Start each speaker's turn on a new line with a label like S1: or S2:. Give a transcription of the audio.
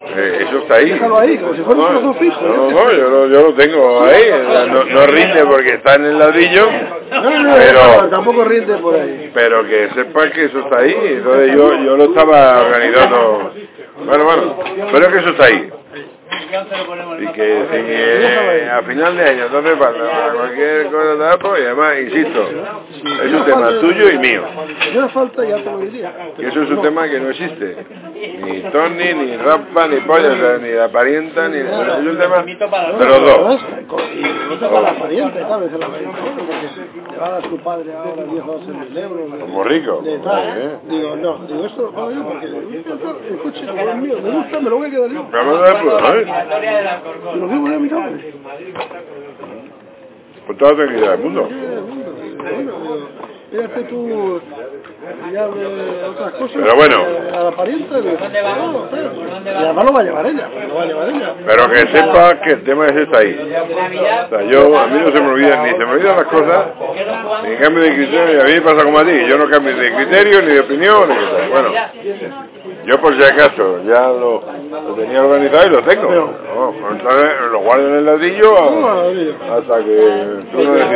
S1: Eh, eso está ahí.
S2: Déjalo ahí, como si fuera un trozo fijo.
S1: No, no, yo lo, yo lo tengo ahí. O sea, no, no rinde porque está en el ladrillo,
S2: No, no, no,
S1: pero,
S2: tampoco rinde por ahí.
S1: pero que sepa que eso está ahí. Entonces yo, yo lo estaba organizando. Bueno, bueno, pero es que eso está ahí. Y que si, eh, a final de año no me falta cualquier cosa de Apple, y además, insisto, es un tema tuyo y mío.
S2: Si no falta, ya te lo diría.
S1: Y eso es un tema que no existe. Ni Tony, ni Rafa, ni Pollo, o sea, ni la parienta, ni... Es un tema de los dos.
S2: No te para la pariente, ¿sabes? Se la pariente, porque le va a dar su padre ahora 10 o 12 mil euros. de-
S1: Como rico.
S2: de tal. Digo, no, digo, esto lo pago yo porque le gusta el coche, como es mío, me gusta, me lo voy a quedar yo.
S1: Vamos a ver, pues, ¿eh?
S2: Y lo voy a poner a mi nombre.
S1: Con toda la tranquilidad del mundo.
S2: Bueno, digo, fíjate tú, ya de otras cosas.
S1: Pero bueno.
S2: A la pariente, digo, no, tal. Y además lo va a llevar ella, lo va a llevar ella.
S1: Pero que sepa que el tema ese está ahí. O sea, yo, a mí no se me olvidan, ni se me olvidan las cosas, ni cambio de criterio, y a mí me pasa como a ti, yo no cambio de criterio, ni de opinión, ni cosa. Bueno, yo por si acaso ya lo, lo tenía organizado y lo pues, tengo. No, entonces lo guardo en el ladrillo
S2: No,
S1: hasta que tú no decidas.